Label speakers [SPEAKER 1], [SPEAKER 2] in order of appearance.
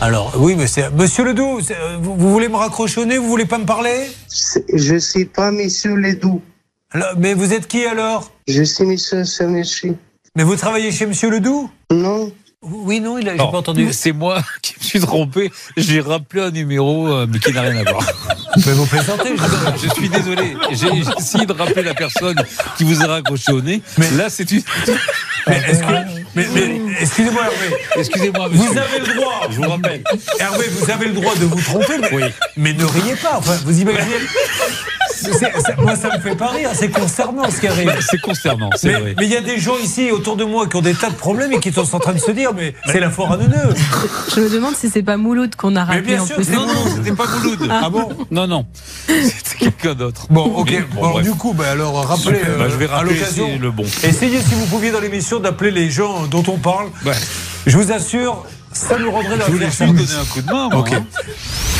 [SPEAKER 1] Alors, oui, mais c'est. Monsieur Ledoux, c'est- euh, vous, vous voulez me raccrochonner Vous voulez pas me parler
[SPEAKER 2] C'est- Je suis pas Monsieur Ledoux.
[SPEAKER 1] Alors, Mais vous êtes qui alors
[SPEAKER 2] Je suis Monsieur Sanechi.
[SPEAKER 1] Mais vous travaillez chez Monsieur Ledoux
[SPEAKER 2] Non,
[SPEAKER 1] Oui, non, il a, j'ai
[SPEAKER 3] Non,
[SPEAKER 1] pas entendu.
[SPEAKER 3] C'est moi qui me suis trompé. J'ai rappelé un numéro euh, mais qui n'a rien à voir.
[SPEAKER 1] Mais vous plaisantez, je vous en-
[SPEAKER 3] Je suis désolé. J'ai j'ai essayé de rappeler la personne qui vous a raccroché au nez.
[SPEAKER 1] Mais-
[SPEAKER 3] là, c'est une.
[SPEAKER 1] Mais, est-ce que- mais- mais- excusez-moi, Hervé.
[SPEAKER 3] Excusez-moi, monsieur.
[SPEAKER 1] Vous avez le droit,
[SPEAKER 3] Je vous rappelle.
[SPEAKER 1] Hervé, vous avez le droit de vous tromper, mais,
[SPEAKER 3] Oui.
[SPEAKER 1] mais ne riez pas. Enfin, vous imaginez. C'est- ça- moi, ça me fait pas rire. C'est concernant ce qui arrive.
[SPEAKER 3] Bah, C'est concernant, c'est
[SPEAKER 1] Mais
[SPEAKER 3] vrai.
[SPEAKER 1] mais il y a des gens ici autour de moi qui ont des tas de problèmes et qui sont en train de se dire mais c'est la foire à neuneux.
[SPEAKER 4] Je me demande si c'est pas Mouloud qu'on a
[SPEAKER 1] Mais
[SPEAKER 4] rappelé
[SPEAKER 1] bien
[SPEAKER 4] en
[SPEAKER 1] sûr,
[SPEAKER 4] plus.
[SPEAKER 1] c'est
[SPEAKER 3] Non, non, c'était pas Mouloud.
[SPEAKER 1] Ah bon
[SPEAKER 3] Non, non. C'était quelqu'un d'autre.
[SPEAKER 1] Bon, ok.
[SPEAKER 3] Mais
[SPEAKER 1] Bon,
[SPEAKER 3] bref.
[SPEAKER 1] du coup, bah, alors rappelez
[SPEAKER 3] Super. Bah,
[SPEAKER 1] euh,
[SPEAKER 3] je vais
[SPEAKER 1] à
[SPEAKER 3] rappeler
[SPEAKER 1] l'occasion.
[SPEAKER 3] si le bon.
[SPEAKER 1] Essayez si vous pouviez dans l'émission d'appeler les gens dont on parle.
[SPEAKER 3] Ouais.
[SPEAKER 1] Je vous assure, ça nous rendrait la
[SPEAKER 3] Ben. Je voulais juste
[SPEAKER 1] réflexion.
[SPEAKER 3] donner un coup de main. moi,
[SPEAKER 1] Ok.
[SPEAKER 3] hein.